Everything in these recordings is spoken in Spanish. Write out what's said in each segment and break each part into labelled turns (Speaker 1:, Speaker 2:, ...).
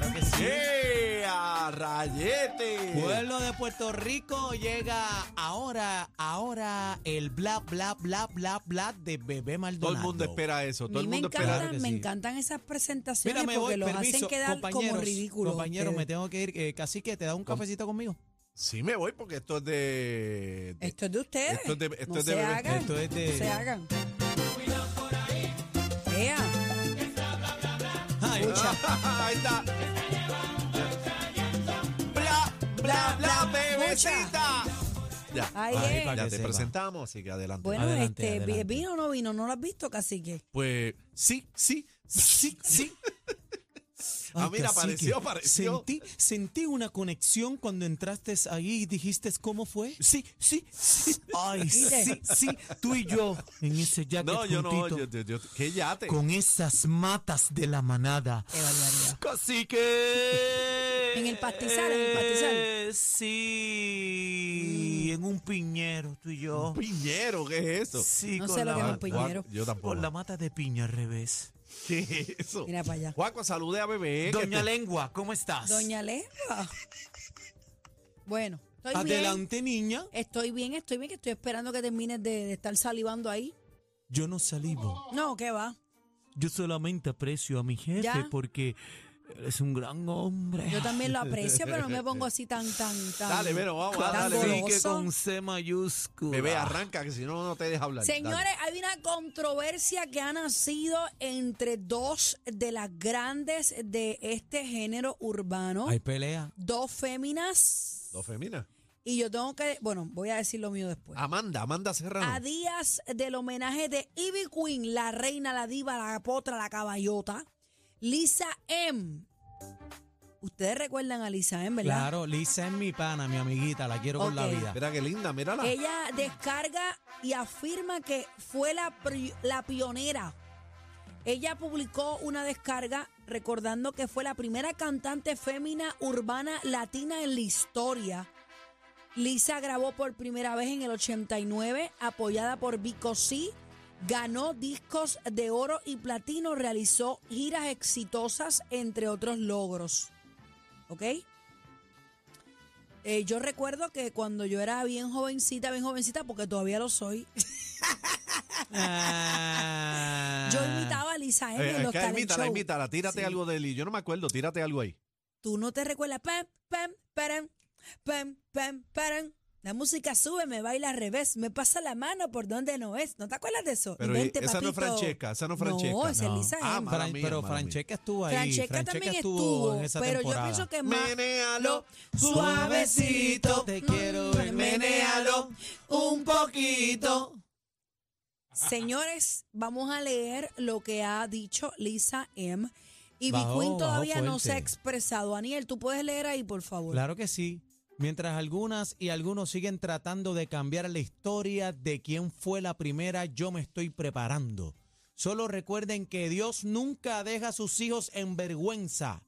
Speaker 1: Claro que sí. rayete.
Speaker 2: Pueblo de Puerto Rico llega ahora, ahora el bla bla bla bla bla de bebé
Speaker 1: Todo
Speaker 2: Maldonado.
Speaker 1: el mundo espera eso. Todo
Speaker 3: A
Speaker 1: el
Speaker 3: mí me
Speaker 1: mundo espera.
Speaker 3: encantan,
Speaker 2: que
Speaker 3: me
Speaker 2: sí.
Speaker 3: encantan esas presentaciones
Speaker 2: Mira, me
Speaker 3: porque
Speaker 2: voy,
Speaker 3: los
Speaker 2: permiso,
Speaker 3: hacen quedar como
Speaker 2: compañeros,
Speaker 3: ridículos. este,
Speaker 2: Compañeros,
Speaker 3: ustedes.
Speaker 2: me tengo que ir. Eh, cacique, ¿te da un cafecito conmigo?
Speaker 1: Sí, me voy porque esto es de. de-
Speaker 3: Esto es de ustedes.
Speaker 1: Esto es de- esto
Speaker 3: no
Speaker 1: es de
Speaker 3: se
Speaker 1: bebé.
Speaker 3: hagan.
Speaker 2: Esto es de-
Speaker 3: No se hagan. Ea,
Speaker 2: Ay, ah.
Speaker 1: Ahí está. Bla, bla, bla, bebecita. Ya.
Speaker 3: Ahí es.
Speaker 1: ya
Speaker 2: que
Speaker 1: te
Speaker 2: sepa.
Speaker 1: presentamos, así que adelante.
Speaker 3: Bueno,
Speaker 2: Adelante,
Speaker 3: este, vi-
Speaker 2: adelante.
Speaker 3: ¿vino o no vino? ¿No lo has visto, cacique?
Speaker 1: Pues sí, sí, sí, sí. Ah, mira,
Speaker 2: cacique,
Speaker 1: apareció, apareció.
Speaker 2: Sentí, sentí una conexión cuando entraste ahí y dijiste cómo fue.
Speaker 1: Sí, sí, sí.
Speaker 2: Ay,
Speaker 3: Mire.
Speaker 2: sí, sí, tú y yo en ese jacket
Speaker 1: No, yo no,
Speaker 2: juntito,
Speaker 1: yo, yo, yo, qué yate.
Speaker 2: con esas matas de la manada.
Speaker 3: Qué barbaridad.
Speaker 2: Cacique.
Speaker 3: En el pastizal, en el pastizal.
Speaker 2: Eh,
Speaker 3: Mm.
Speaker 2: Sí, en un piñero, tú y yo.
Speaker 1: Piñero, ¿qué es eso? Ah,
Speaker 2: Sí,
Speaker 3: No
Speaker 2: con
Speaker 3: sé lo
Speaker 2: la
Speaker 3: que es un
Speaker 2: mata-
Speaker 3: piñero.
Speaker 1: Yo tampoco.
Speaker 2: Con la mata de piña al revés.
Speaker 1: ¿Qué es eso?
Speaker 3: Mira para allá.
Speaker 1: Juaco, salude a bebé. que
Speaker 2: Doña
Speaker 1: te-
Speaker 2: Lengua, ¿cómo estás?
Speaker 3: Doña Lengua. Bueno, estoy bien.
Speaker 2: Adelante, niña.
Speaker 3: Estoy bien, estoy bien, que estoy esperando que termines de, de estar salivando ahí.
Speaker 2: Yo no salivo.
Speaker 3: No, ¿qué va?
Speaker 2: Yo solamente aprecio a mi jefe
Speaker 3: Ya.
Speaker 2: porque es un gran hombre.
Speaker 3: Yo también lo aprecio, pero no me pongo así tan, tan, tan.
Speaker 1: Dale, pero vamos,
Speaker 3: tan
Speaker 1: dale,
Speaker 2: Así
Speaker 1: dale.
Speaker 2: que
Speaker 3: goloso.
Speaker 2: con C mayúscula.
Speaker 1: Bebé, arranca, que si no, no te deja hablar. Dale.
Speaker 3: Señores, hay una controversia que ha nacido entre dos de las grandes de este género urbano,
Speaker 2: Hay pelea.
Speaker 3: dos féminas,
Speaker 1: Dos feminas.
Speaker 3: y yo tengo que, bueno, voy a decir lo mío después.
Speaker 1: Amanda, Amanda
Speaker 3: A
Speaker 1: Serrano.
Speaker 3: días del homenaje de Ivy Queen, la reina, la diva, la potra, la caballota, Lisa M. Ustedes recuerdan a Lisa M, ¿verdad?
Speaker 2: Claro, Lisa es mi pana, mi amiguita, la quiero con la
Speaker 3: Ok.
Speaker 2: vida.
Speaker 1: Mira qué linda, mírala.
Speaker 3: Ella descarga y afirma que fue la, pri- la pionera. Ella publicó una descarga recordando que fue la primera cantante fémina urbana latina en la historia. Lisa grabó por primera vez en el 89, apoyada por Vico C. Ganó discos de oro y platino, realizó giras exitosas, entre otros logros. ¿Ok? Eh, yo recuerdo que cuando yo era bien jovencita, bien jovencita, porque todavía lo soy, yo imitaba a Lisa M.
Speaker 1: Ah. Eh,
Speaker 3: en los
Speaker 1: que
Speaker 3: talent
Speaker 1: imítala,
Speaker 3: show.
Speaker 1: imítala, tírate
Speaker 3: Sí.
Speaker 1: algo de él. Yo no me acuerdo, tírate algo ahí.
Speaker 3: Tú no te recuerdas. Pam, pam, param, pam, pam, param. La música sube, me baila al revés, me pasa la mano por donde no es. ¿No te acuerdas de eso?
Speaker 1: Pero
Speaker 3: Vente,
Speaker 1: esa no es
Speaker 3: papito.
Speaker 1: Francesca, esa no es Francesca.
Speaker 3: No, esa
Speaker 2: No.
Speaker 3: es Lisa
Speaker 1: Ah,
Speaker 3: M.
Speaker 1: mala
Speaker 2: Fran-
Speaker 1: mía,
Speaker 2: pero
Speaker 1: mala mía.
Speaker 2: Francesca estuvo ahí.
Speaker 3: Francesca, también estuvo,
Speaker 2: en esa
Speaker 3: pero
Speaker 2: temporada.
Speaker 3: yo pienso que más.
Speaker 1: Menéalo.
Speaker 2: Suavecito, te quiero ver.
Speaker 3: menéalo un poquito. Señores, vamos a leer lo que ha dicho Lisa M. Y
Speaker 2: Bajó,
Speaker 3: Bicuín
Speaker 2: bajó
Speaker 3: todavía no
Speaker 2: fuerte.
Speaker 3: se ha expresado. Aniel, ¿tú puedes leer ahí, por favor?
Speaker 2: Claro que sí. Mientras algunas y algunos siguen tratando de cambiar la historia de quién fue la primera, yo me estoy preparando. Solo recuerden que Dios nunca deja a sus hijos en vergüenza.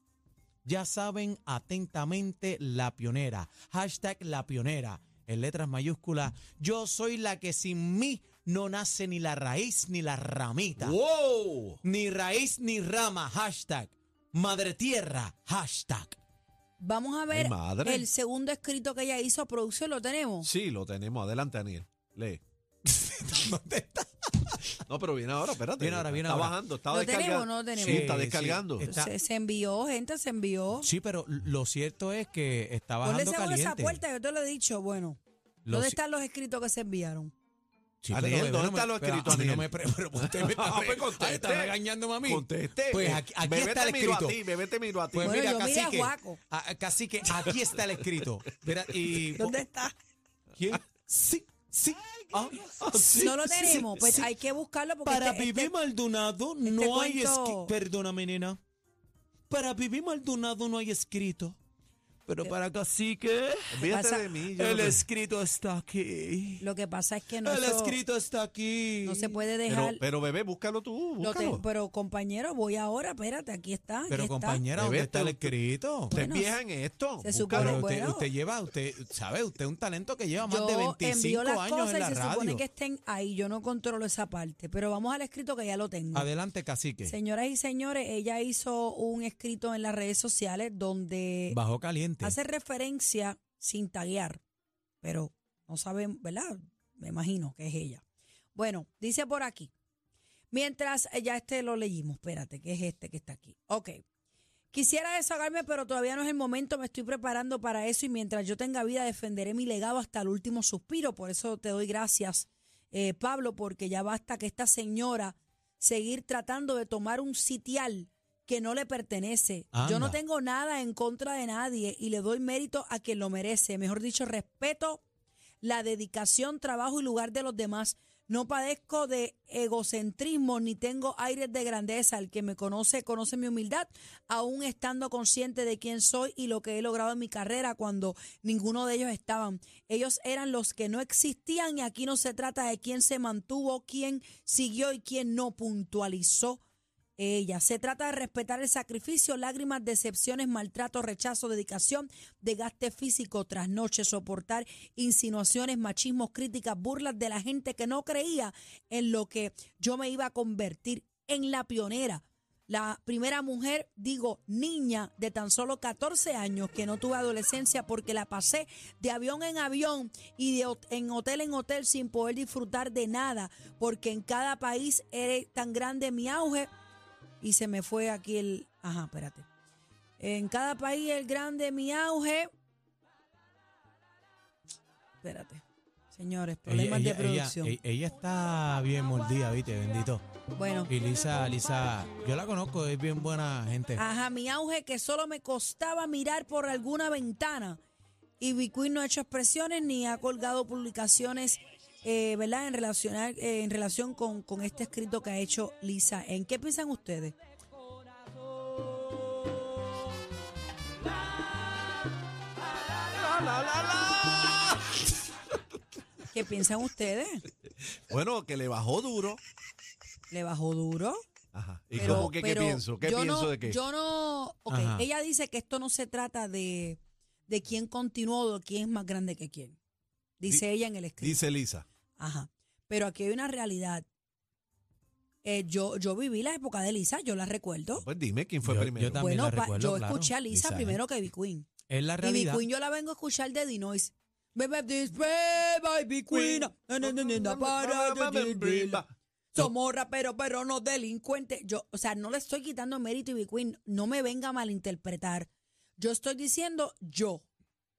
Speaker 2: Ya saben atentamente la pionera. Hashtag la pionera. En letras mayúsculas. Yo soy la que sin mí no nace ni la raíz ni la ramita.
Speaker 1: ¡Wow!
Speaker 2: Ni raíz ni rama. Hashtag. Madre tierra. Hashtag.
Speaker 3: Vamos a
Speaker 1: Ay,
Speaker 3: ver
Speaker 1: madre.
Speaker 3: el segundo escrito que ella hizo. Producción, ¿lo tenemos?
Speaker 1: Sí, lo tenemos. Adelante, Daniel. Lee.
Speaker 2: ¿Dónde está?
Speaker 1: No, pero viene ahora, espérate.
Speaker 2: Viene ahora, viene
Speaker 1: está
Speaker 2: ahora.
Speaker 1: bajando, está
Speaker 3: ¿Lo
Speaker 1: descargando.
Speaker 3: tenemos o no lo tenemos?
Speaker 1: Sí, está
Speaker 2: Sí, sí.
Speaker 1: descargando.
Speaker 2: Está-
Speaker 3: Se, se envió, gente, se envió.
Speaker 2: Sí, pero lo cierto es que está
Speaker 3: Ponle
Speaker 2: bajando
Speaker 3: seguro esa
Speaker 2: caliente.
Speaker 3: puerta, yo te lo he dicho. Bueno,
Speaker 2: Lo
Speaker 3: ¿dónde
Speaker 2: ci-
Speaker 3: están los escritos que se enviaron?
Speaker 2: Sí,
Speaker 1: Aniel,
Speaker 2: pero, bebé,
Speaker 1: ¿dónde
Speaker 2: no me-
Speaker 1: está lo
Speaker 2: pero
Speaker 1: escrito,
Speaker 2: a mí
Speaker 1: Aniel?
Speaker 2: No me pre- pero usted me está,
Speaker 1: Ah, pues
Speaker 2: re-
Speaker 1: conteste.
Speaker 2: Ay, está regañándome a mí.
Speaker 1: Conteste.
Speaker 2: Pues aquí, aquí
Speaker 1: Bebé
Speaker 2: está el
Speaker 1: te miró
Speaker 2: escrito.
Speaker 1: a ti, bebé te miró a ti.
Speaker 2: Pues
Speaker 3: Bueno,
Speaker 2: mira,
Speaker 3: yo miré a
Speaker 2: cacique,
Speaker 3: Juaco.
Speaker 2: a- cacique, aquí está el escrito. Mira, y,
Speaker 3: ¿Dónde está?
Speaker 2: ¿Quién? Sí, Sí. Ah, ah, sí,
Speaker 3: no lo
Speaker 2: sí,
Speaker 3: tenemos,
Speaker 2: sí,
Speaker 3: pues
Speaker 2: sí.
Speaker 3: hay que buscarlo porque
Speaker 2: Para
Speaker 3: este-
Speaker 2: Vivi
Speaker 3: este-
Speaker 2: Maldonado no hay
Speaker 3: cuento-
Speaker 2: escrito. Perdóname, nena. Para Vivi Maldonado no hay escrito. Pero para Cacique,
Speaker 3: pasa?
Speaker 1: Fíjate de mí. yo no
Speaker 2: el
Speaker 1: te-
Speaker 2: escrito está aquí.
Speaker 3: lo que pasa es que no,
Speaker 2: El
Speaker 3: eso-
Speaker 2: escrito está aquí.
Speaker 3: no se puede
Speaker 1: pero,
Speaker 3: dejar.
Speaker 1: pero bebé, búscalo tú,
Speaker 3: Lo te-
Speaker 1: búscalo.
Speaker 3: pero compañero, voy ahora, espérate, aquí está. aquí
Speaker 2: Pero
Speaker 3: está.
Speaker 2: compañera, ¿dónde
Speaker 1: Bebé,
Speaker 2: está
Speaker 1: pero-
Speaker 2: el escrito?
Speaker 1: Usted es
Speaker 3: bueno,
Speaker 1: vieja en esto.
Speaker 3: se
Speaker 2: Pero
Speaker 1: búscalo.
Speaker 3: supone-
Speaker 2: usted,
Speaker 3: bueno.
Speaker 2: usted lleva, usted sabe, usted es un talento que lleva más
Speaker 3: Yo
Speaker 2: de
Speaker 3: envío
Speaker 2: 25
Speaker 3: las
Speaker 2: años
Speaker 3: cosas
Speaker 2: en la
Speaker 3: y se supone
Speaker 2: radio.
Speaker 3: que estén ahí. Yo no controlo esa parte, pero vamos al escrito que ya lo tengo.
Speaker 2: Adelante, Cacique.
Speaker 3: Señoras y señores, ella hizo un escrito en las redes sociales donde
Speaker 2: Bajo caliente.
Speaker 3: hace referencia sin taguear, pero no saben, ¿verdad? Me imagino que es ella. Bueno, dice por aquí. Mientras, eh, ya este lo leímos, espérate, que es este que está aquí. Ok. Quisiera desahogarme, pero todavía no es el momento, me estoy preparando para eso y mientras yo tenga vida defenderé mi legado hasta el último suspiro. Por eso te doy gracias, eh, Pablo, porque ya basta que esta señora seguir tratando de tomar un sitial que no le pertenece. Yo no
Speaker 2: Anda.
Speaker 3: tengo nada en contra de nadie y le doy mérito a quien lo merece. Mejor dicho, respeto la dedicación, trabajo y lugar de los demás. No padezco de egocentrismo ni tengo aires de grandeza. El que me conoce conoce mi humildad, aún estando consciente de quién soy y lo que he logrado en mi carrera cuando ninguno de ellos estaban. Ellos eran los que no existían y aquí no se trata de quién se mantuvo, quién siguió y quién no puntualizó ella. Se trata de respetar el sacrificio, lágrimas, decepciones, maltrato, rechazo, dedicación, desgaste físico, trasnoche, soportar insinuaciones, machismos, críticas, burlas de la gente que no creía en lo que yo me iba a convertir en la pionera. La primera mujer, digo, niña de tan solo 14 años que no tuve adolescencia porque la pasé de avión en avión y de hot- en hotel en hotel sin poder disfrutar de nada porque en cada país era tan grande mi auge y se me fue aquí el. Ajá, espérate. En cada país el grande, mi auge. Espérate. Señores, problemas de producción.
Speaker 2: ella- ella está bien mordida, viste, bendito.
Speaker 3: bueno.
Speaker 2: Y Lisa, Lisa, yo la conozco, es bien buena gente.
Speaker 3: Ajá, mi auge que solo me costaba mirar por alguna ventana. Y Bicuín no ha hecho expresiones ni ha colgado publicaciones, eh, ¿verdad? En, relacionar, eh, en relación con, con este escrito que ha hecho Lisa. ¿En qué piensan ustedes?
Speaker 1: La, la, la, la.
Speaker 3: ¿Qué piensan ustedes?
Speaker 1: Bueno, que le bajó duro.
Speaker 3: ¿Le bajó duro?
Speaker 1: Ajá. ¿Y
Speaker 3: Pero-
Speaker 1: cómo que qué
Speaker 3: pero
Speaker 1: pienso? ¿Qué
Speaker 3: yo
Speaker 1: pienso
Speaker 3: no-
Speaker 1: de qué?
Speaker 3: Yo no. ok,
Speaker 2: Ajá.
Speaker 3: ella dice que esto no se trata de, de quién continuó o de quién es más grande que quién. Dice
Speaker 1: Di-
Speaker 3: ella en el escrito.
Speaker 1: Dice Lisa.
Speaker 3: Ajá. Pero aquí hay una realidad. Eh, yo, yo viví la época de Lisa, yo la recuerdo.
Speaker 1: Pues dime quién fue
Speaker 2: Yo- yo
Speaker 1: primero.
Speaker 2: también. la
Speaker 3: bueno, pa-
Speaker 2: recuerdo,
Speaker 3: yo
Speaker 2: claro,
Speaker 3: escuché a Lisa,
Speaker 2: Lisa,
Speaker 3: primero que B Queen.
Speaker 2: es la
Speaker 3: Y B
Speaker 2: realidad.
Speaker 3: Queen yo la vengo a escuchar de Dinois. Baby, this baby, B Queen. na, na, na, na, na, para, na, na, na, na. Somos raperos, pero no delincuentes. Yo, o sea, no le estoy quitando mérito y B. Queen no me venga a malinterpretar. Yo estoy diciendo yo,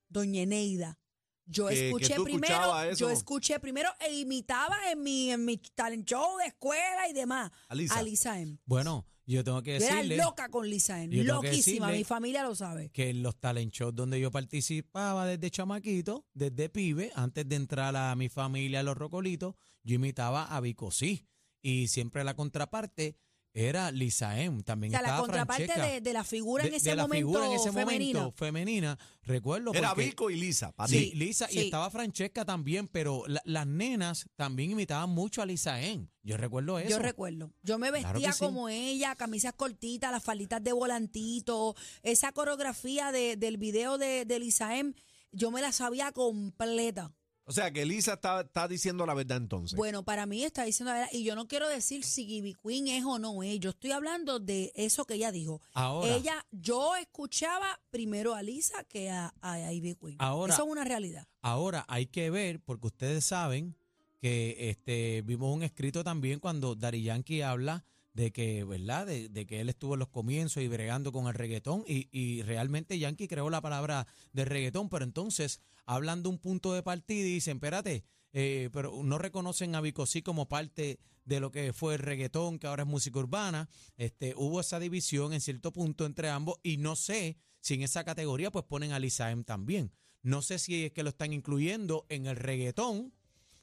Speaker 3: doña Eneida. Yo
Speaker 1: Que- que
Speaker 3: escuché
Speaker 1: tú
Speaker 3: primero,
Speaker 1: escuchabas eso.
Speaker 3: yo escuché primero e imitaba en mi, en mi talent show de escuela y demás
Speaker 1: A Lisa.
Speaker 3: a Lisa M.
Speaker 2: Bueno, yo tengo que
Speaker 3: Yo era
Speaker 2: decirle
Speaker 3: loca con Lisa M,
Speaker 2: Yo tengo que
Speaker 3: loquísima,
Speaker 2: decirle-
Speaker 3: mi familia lo sabe.
Speaker 2: que en los talent shows donde yo participaba desde chamaquito, desde pibe, antes de entrar a mi familia, a los rocolitos, yo imitaba a Vicosí. Y siempre la contraparte era Lisa M.
Speaker 3: O
Speaker 2: También
Speaker 3: sea, la
Speaker 2: estaba
Speaker 3: contraparte
Speaker 2: Francesca.
Speaker 3: de, de la figura en
Speaker 2: De-
Speaker 3: ese
Speaker 2: de la
Speaker 3: momento
Speaker 2: figura en ese
Speaker 3: femenina.
Speaker 2: momento femenina. Recuerdo
Speaker 1: Era
Speaker 2: porque-
Speaker 1: Vico y Lisa. Para
Speaker 2: Sí,
Speaker 1: ti.
Speaker 2: Lisa,
Speaker 3: sí.
Speaker 2: y estaba Francesca también, pero la- las nenas también imitaban mucho a Lisa En. Yo recuerdo eso.
Speaker 3: Yo recuerdo. Yo me vestía
Speaker 2: Claro que sí.
Speaker 3: como ella, camisas cortitas, las falditas de volantito, esa coreografía de- del video de, de Lisa M, yo me la sabía completa.
Speaker 1: O sea, que Lisa está, está diciendo la verdad entonces.
Speaker 3: Bueno, para mí está diciendo, la verdad, y yo no quiero decir si Gibi Queen es o no es, yo estoy hablando de eso que ella dijo.
Speaker 2: ahora,
Speaker 3: Ella, yo escuchaba primero a Lisa que a, a, a Ivy Queen.
Speaker 2: Ahora-
Speaker 3: eso es una realidad.
Speaker 2: ahora hay que ver, porque ustedes saben que este vimos un escrito también cuando Dari Yankee habla de que, ¿verdad? De, de que él estuvo en los comienzos y bregando con el reggaetón y, y realmente Yankee creó la palabra de reggaetón, pero entonces hablan de un punto de partida y dicen, espérate, eh, pero no reconocen a Vicosí como parte de lo que fue el reggaetón, que ahora es música urbana. Este, hubo esa división en cierto punto entre ambos y no sé si en esa categoría pues ponen a Lisa M también. No sé si es que lo están incluyendo en el reggaetón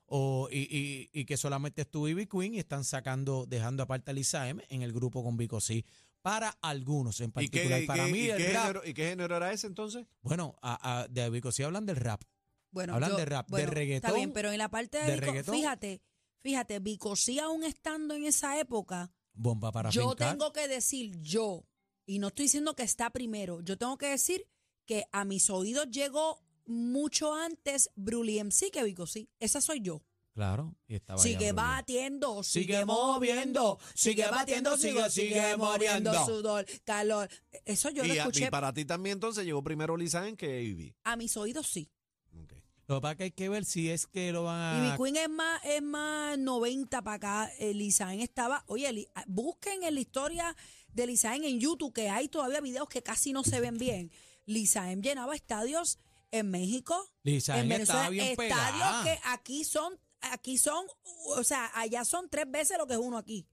Speaker 2: o, y, y- y que solamente estuvo Ivy Queen y están sacando, dejando aparte a Lisa M en el grupo con Vico sí. Para algunos en
Speaker 1: ¿Y qué,
Speaker 2: particular,
Speaker 1: y
Speaker 2: para
Speaker 1: qué-
Speaker 2: mí
Speaker 1: y
Speaker 2: el
Speaker 1: qué
Speaker 2: rap-
Speaker 1: género, y qué género era ese entonces?
Speaker 2: bueno, a- a- de Vico sí hablan del rap.
Speaker 3: Bueno,
Speaker 2: Hablan
Speaker 3: yo-
Speaker 2: de rap, de
Speaker 3: bueno,
Speaker 2: reggaetón,
Speaker 3: Está bien, pero en la parte de,
Speaker 2: de
Speaker 3: Vico-
Speaker 2: reggaetón.
Speaker 3: fíjate, fíjate, Vico sí aún estando en esa época,
Speaker 2: Bomba para
Speaker 3: yo
Speaker 2: fincar.
Speaker 3: tengo que decir yo, y no estoy diciendo que está primero, yo tengo que decir que a mis oídos llegó mucho antes Brulí MC que Vico sí. Esa soy yo.
Speaker 2: Claro, y estaba ahí
Speaker 3: Sigue
Speaker 2: Abreu.
Speaker 3: batiendo, sigue
Speaker 2: Sigue
Speaker 3: moviendo,
Speaker 2: moviendo,
Speaker 3: sigue
Speaker 2: sigue
Speaker 3: batiendo, sigue,
Speaker 2: batiendo,
Speaker 3: sigue
Speaker 2: sigue
Speaker 3: muriendo
Speaker 2: moviendo.
Speaker 3: sudor, calor. Eso yo lo
Speaker 1: Y, a-
Speaker 3: escuché.
Speaker 1: y para ti también entonces llegó primero Lisa en que Ivy.
Speaker 3: A mis oídos sí.
Speaker 1: Ok.
Speaker 2: Lo que pasa es que hay que ver si es que lo
Speaker 3: Y
Speaker 2: van
Speaker 3: mi
Speaker 2: a...
Speaker 3: Queen es más, es más 90 para acá. Eh, Lizaen estaba. Oye, Li- ah, busquen en la historia de Lizaen en YouTube, que hay todavía videos que casi no se ven bien. Lizaen llenaba estadios en México.
Speaker 2: Lisa
Speaker 3: en
Speaker 2: M
Speaker 3: Venezuela,
Speaker 2: estaba bien
Speaker 3: estadios
Speaker 2: pegada.
Speaker 3: que aquí son, aquí son, o sea, allá son tres veces lo que es uno aquí.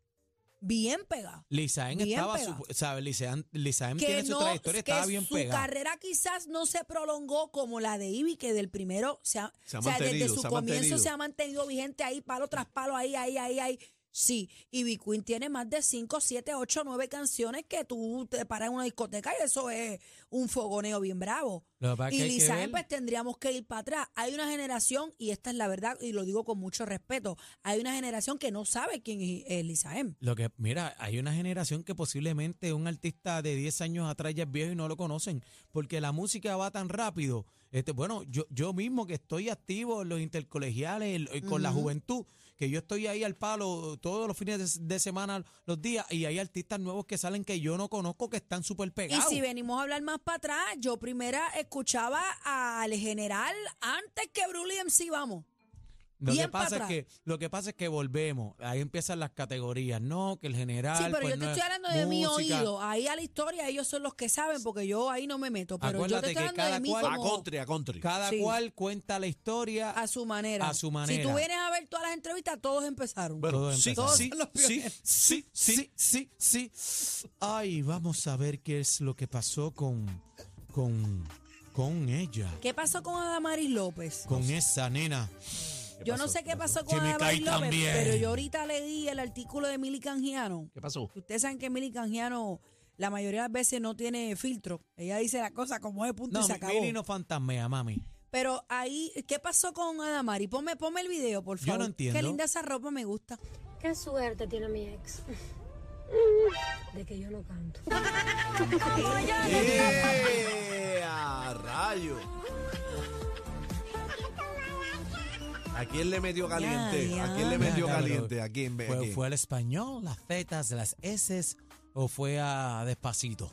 Speaker 3: Bien pegado.
Speaker 2: Lisaen
Speaker 3: Bien
Speaker 2: estaba,
Speaker 3: pegada.
Speaker 2: su, ¿sabes? Lisaen, Lisaen
Speaker 3: Que
Speaker 2: tiene
Speaker 3: no-
Speaker 2: su trayectoria,
Speaker 3: que
Speaker 2: estaba bien
Speaker 3: su
Speaker 2: pegada.
Speaker 3: carrera quizás no se prolongó como la de Ivy, que del primero se ha,
Speaker 1: Se ha
Speaker 3: o sea, desde
Speaker 1: mantenido,
Speaker 3: su
Speaker 1: se ha
Speaker 3: comienzo
Speaker 1: mantenido.
Speaker 3: se ha mantenido vigente ahí, palo tras palo, ahí, ahí, ahí, ahí. Sí, Ivy Queen tiene más de 5, 7, 8, 9 canciones que tú te paras en una discoteca y eso es un fogoneo bien bravo.
Speaker 2: Lo que pasa es
Speaker 3: Y
Speaker 2: que hay que
Speaker 3: Lizaen,
Speaker 2: ver-
Speaker 3: pues tendríamos que ir para atrás. Hay una generación, y esta es la verdad, y lo digo con mucho respeto, hay una generación que no sabe quién es eh, Lizaen.
Speaker 2: Lo que, mira, hay una generación que posiblemente un artista de 10 años atrás ya es viejo y no lo conocen, porque la música va tan rápido. Este, bueno, yo, yo mismo que estoy activo en los intercolegiales, en- con la juventud, que yo estoy ahí al palo todos los fines de, de semana, los días, y hay artistas nuevos que salen que yo no conozco que están súper
Speaker 3: Y
Speaker 2: pegados.
Speaker 3: si venimos a hablar más para atrás, yo primera escuchaba al general antes que Brully MC, vamos.
Speaker 2: Lo
Speaker 3: Bien
Speaker 2: que,
Speaker 3: pa'
Speaker 2: pasa es
Speaker 3: atrás.
Speaker 2: que, lo que pasa es que volvemos, ahí empiezan las categorías, no, que el general...
Speaker 3: sí, pero
Speaker 2: pues,
Speaker 3: yo te
Speaker 2: no es
Speaker 3: estoy hablando de mi
Speaker 2: música.
Speaker 3: oído. Ahí a la historia ellos son los que saben, porque yo ahí no me meto. Pero yo
Speaker 2: Acuérdate
Speaker 3: te
Speaker 2: que
Speaker 3: estoy hablando de
Speaker 2: cada
Speaker 3: mí
Speaker 2: cual-
Speaker 1: A
Speaker 3: como
Speaker 1: country, a country.
Speaker 2: Cada
Speaker 3: Sí.
Speaker 2: cual cuenta la historia
Speaker 3: a su manera.
Speaker 2: A su
Speaker 3: Si tú
Speaker 2: manera.
Speaker 3: vienes a ver todas las entrevistas, todos empezaron.
Speaker 1: Bueno,
Speaker 2: Todo
Speaker 1: sí,
Speaker 2: empezó.
Speaker 1: sí,
Speaker 3: Todos los
Speaker 1: sí,
Speaker 3: pioneros.
Speaker 1: sí, sí.
Speaker 2: Sí, sí, sí. Ay, vamos a ver qué es lo que pasó con con con ella,
Speaker 3: ¿Qué pasó con Adamaris López?
Speaker 2: con esa nena.
Speaker 3: Yo no sé qué pasó con
Speaker 2: Que me
Speaker 3: Adamaris
Speaker 2: cae
Speaker 3: López,
Speaker 2: también.
Speaker 3: pero yo ahorita leí el artículo de Mili Cangiano.
Speaker 1: ¿Qué pasó?
Speaker 3: Ustedes saben que Mili Cangiano la mayoría de las veces no tiene filtro. Ella dice la cosa como es, punto
Speaker 2: No,
Speaker 3: y se
Speaker 2: mi-
Speaker 3: acabó.
Speaker 2: Mili no fantasmea, mami.
Speaker 3: Pero ahí, ¿qué pasó con Adamari? Ponme, ponme el video, por
Speaker 2: Yo
Speaker 3: favor.
Speaker 2: no entiendo.
Speaker 3: Qué linda esa ropa, me gusta.
Speaker 4: Qué suerte tiene mi ex de que yo no canto.
Speaker 1: ¡Eh, a rayo! ¿A quién le metió caliente?
Speaker 3: Ya,
Speaker 1: ¿A quién le
Speaker 3: ya.
Speaker 1: metió
Speaker 2: Pero,
Speaker 1: caliente? ¿A quién? ¿A
Speaker 2: ¿Fue,
Speaker 1: quién?
Speaker 2: fue al español, las fetas, las heces o fue a despacito?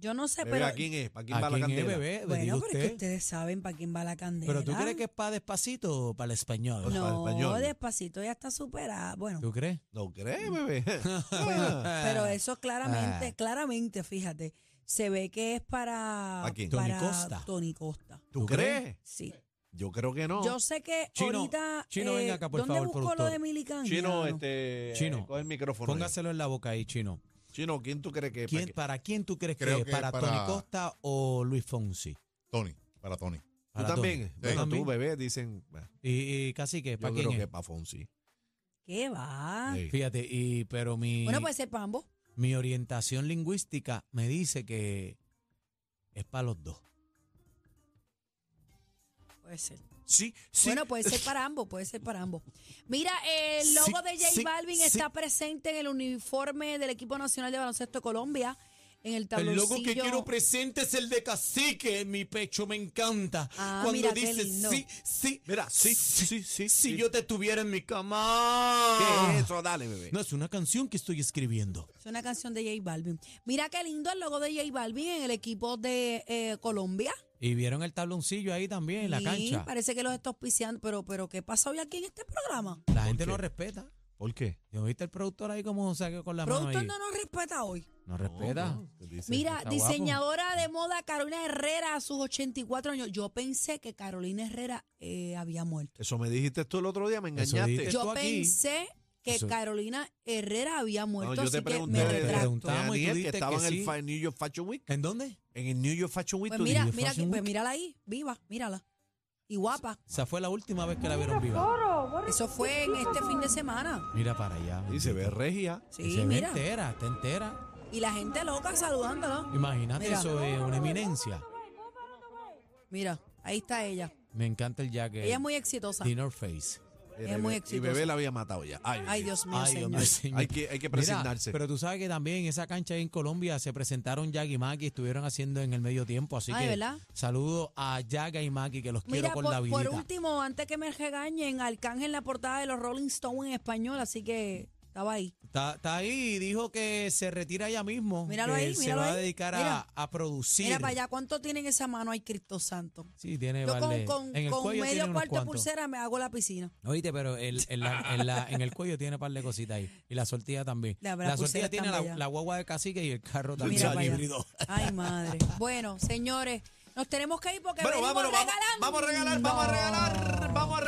Speaker 3: Yo no sé,
Speaker 1: Bebé,
Speaker 3: pero...
Speaker 1: ¿A quién es? ¿Para quién va
Speaker 2: ¿A
Speaker 1: la
Speaker 2: quién es,
Speaker 1: candela?
Speaker 2: bebé? Diga
Speaker 3: Bueno, pero es
Speaker 2: usted.
Speaker 3: que ustedes saben para quién va la candela.
Speaker 2: Pero tú crees que es para despacito o para el español?
Speaker 1: para el
Speaker 3: No,
Speaker 1: español.
Speaker 3: despacito ya está superada. Bueno,
Speaker 2: ¿Tú crees?
Speaker 1: ¿No crees, bebé? Ah,
Speaker 3: bueno, pero eso claramente,
Speaker 2: Ah.
Speaker 3: claramente, fíjate, se ve que es para...
Speaker 1: ¿Para quién?
Speaker 2: Tony
Speaker 3: para
Speaker 2: Costa.
Speaker 3: Tony Costa,
Speaker 1: ¿Tú crees?
Speaker 3: sí.
Speaker 1: Yo creo que no.
Speaker 3: Yo sé que
Speaker 2: Chino,
Speaker 3: ahorita... eh,
Speaker 2: Chino, venga acá, por
Speaker 3: ¿Dónde
Speaker 2: favor,
Speaker 3: busco lo
Speaker 2: productor.
Speaker 3: de Mili Cangiano?
Speaker 1: Chino, este.
Speaker 2: Chino,
Speaker 1: Coge el micrófono. ahí.
Speaker 2: Póngaselo en la boca ahí, chino.
Speaker 1: Chino, ¿quién tú crees que es?
Speaker 2: ¿Quién,
Speaker 1: ¿Para qué?
Speaker 2: ¿Para quién tú crees
Speaker 5: Creo
Speaker 2: que es?
Speaker 5: que
Speaker 2: ¿Para,
Speaker 5: para-
Speaker 2: Tony Costa o Luis Fonsi?
Speaker 5: Tony, para Tony.
Speaker 1: ¿Tú
Speaker 2: Para Tony.
Speaker 1: también?
Speaker 2: Yo
Speaker 1: Bueno, tú,
Speaker 2: también.
Speaker 1: bebé, dicen. bueno,
Speaker 2: Y, y casi que,
Speaker 1: Yo
Speaker 2: ¿para
Speaker 1: creo
Speaker 2: quién
Speaker 1: que
Speaker 2: es?
Speaker 1: es para Fonsi.
Speaker 3: ¿Qué va?
Speaker 1: Sí.
Speaker 2: Fíjate, y, pero mi,
Speaker 3: Bueno, pues. puede ser para ambos.
Speaker 2: mi orientación lingüística me dice que es para los dos.
Speaker 3: Puede ser.
Speaker 2: Sí, sí.
Speaker 3: Bueno, puede ser para ambos, puede ser para ambos. Mira, el logo
Speaker 2: Sí,
Speaker 3: de J
Speaker 2: sí,
Speaker 3: Balvin
Speaker 2: sí.
Speaker 3: está presente en el uniforme del equipo nacional de baloncesto de Colombia, en el
Speaker 2: el
Speaker 3: tabloncillo.
Speaker 2: logo que quiero presente es el de cacique. En mi pecho me encanta.
Speaker 3: Ah,
Speaker 2: Cuando
Speaker 3: mira, qué
Speaker 2: dices
Speaker 3: lindo.
Speaker 2: sí, sí.
Speaker 1: Mira, sí, sí, sí. sí,
Speaker 2: Si yo te tuviera en mi cama.
Speaker 1: ¿Qué es eso? Dale, bebé.
Speaker 2: No, es una canción que estoy escribiendo.
Speaker 3: Es una canción de J Balvin. Mira qué lindo el logo de J Balvin en el equipo de eh, Colombia.
Speaker 2: Y vieron el tabloncillo ahí también en la
Speaker 3: Sí,
Speaker 2: cancha.
Speaker 3: Parece que los está auspiciando, pero, pero ¿qué pasa hoy aquí en este programa?
Speaker 2: La gente
Speaker 1: qué?
Speaker 2: no respeta.
Speaker 1: ¿Por qué?
Speaker 2: ¿Y ¿Oíste el productor ahí como saque con la mano
Speaker 3: Productor
Speaker 2: ahí?
Speaker 3: no nos respeta hoy.
Speaker 2: No respeta.
Speaker 3: Mira,
Speaker 2: Este, está guapo.
Speaker 3: diseñadora de moda Carolina Herrera a sus 84 años. Yo pensé que Carolina Herrera eh, había muerto.
Speaker 1: Eso me dijiste tú el otro día, me
Speaker 2: Eso
Speaker 1: engañaste.
Speaker 2: dijiste.
Speaker 3: Yo
Speaker 2: tú aquí.
Speaker 3: pensé que
Speaker 2: Eso-
Speaker 3: Carolina Herrera había muerto,
Speaker 1: yo
Speaker 3: así
Speaker 1: te
Speaker 3: que
Speaker 1: pregunté,
Speaker 3: me
Speaker 2: te
Speaker 3: retracto.
Speaker 2: pregunté. Preguntamos y tú
Speaker 1: Daniel, que
Speaker 2: dijiste
Speaker 1: estaba
Speaker 2: que
Speaker 1: en el
Speaker 2: sí.
Speaker 1: Fa- New York Fashion Week.
Speaker 2: ¿En dónde?
Speaker 1: En el New York Fashion Week.
Speaker 3: Pues
Speaker 1: tú
Speaker 3: mira,
Speaker 2: dijiste
Speaker 3: mira, que-
Speaker 2: Fashion
Speaker 3: pues
Speaker 2: Week.
Speaker 3: mírala ahí, viva, mírala. y guapa.
Speaker 2: Esa fue la última vez que la vieron viva.
Speaker 3: Eso fue en este fin de semana.
Speaker 2: Mira para allá.
Speaker 1: Y se ve regia.
Speaker 3: Sí,
Speaker 2: se ve
Speaker 3: mira.
Speaker 2: entera, está entera.
Speaker 3: Y la gente loca saludándola.
Speaker 2: Imagínate,
Speaker 3: Mira.
Speaker 2: eso es una eminencia.
Speaker 3: Mira, ahí está ella.
Speaker 2: Me encanta el jacket.
Speaker 3: Ella es muy exitosa.
Speaker 2: Dinner face.
Speaker 3: Es muy
Speaker 1: Y
Speaker 3: exitosa.
Speaker 1: bebé la había matado ya. Ay,
Speaker 3: Ay, Dios mío,
Speaker 2: Ay, Dios
Speaker 3: señor.
Speaker 2: mío, señor.
Speaker 1: Hay que- hay que
Speaker 2: Mira,
Speaker 1: presignarse.
Speaker 2: pero tú sabes que también en esa cancha ahí en Colombia se presentaron Yaga y Maki, estuvieron haciendo en el medio tiempo. Así
Speaker 3: Ay,
Speaker 2: que
Speaker 3: ¿verdad?
Speaker 2: saludo a Yaga y Maki, que los
Speaker 3: Mira,
Speaker 2: quiero con
Speaker 3: por,
Speaker 2: la
Speaker 3: por
Speaker 2: vida.
Speaker 3: último, antes que me regañen, Arcángel en la portada de los Rolling Stones en español, así que estaba ahí.
Speaker 2: Está, está ahí y dijo que se retira ya mismo.
Speaker 3: Míralo
Speaker 2: que
Speaker 3: ahí,
Speaker 2: él se
Speaker 3: míralo
Speaker 2: va a
Speaker 3: ahí.
Speaker 2: dedicar a,
Speaker 3: Mira.
Speaker 2: a producir.
Speaker 3: Mira para allá, ¿cuánto tienen esa mano ahí, Cristo Santo?
Speaker 2: Sí, tiene
Speaker 3: Yo con,
Speaker 2: Eh, vale.
Speaker 3: con,
Speaker 2: en el
Speaker 3: con
Speaker 2: cuello tiene
Speaker 3: medio
Speaker 2: unos
Speaker 3: cuarto de
Speaker 2: cuantos.
Speaker 3: pulsera me hago la piscina.
Speaker 2: Oíste, pero el- en, la- en la- en el cuello tiene un par de cositas ahí. Y la sortija también.
Speaker 3: La
Speaker 2: La,
Speaker 3: verdad,
Speaker 2: sortilla
Speaker 3: pulsera
Speaker 2: tiene
Speaker 3: tan
Speaker 2: la,
Speaker 3: bella.
Speaker 2: la guagua de cacique y el carro también.
Speaker 3: Mira para allá.
Speaker 2: híbrido.
Speaker 3: Ay, madre. Bueno, señores, nos tenemos que ir porque
Speaker 1: Bueno,
Speaker 3: venimos
Speaker 1: vámonos, vamos,
Speaker 3: regalando.
Speaker 1: vamos a regalar, vamos a regalar, vamos a regalar.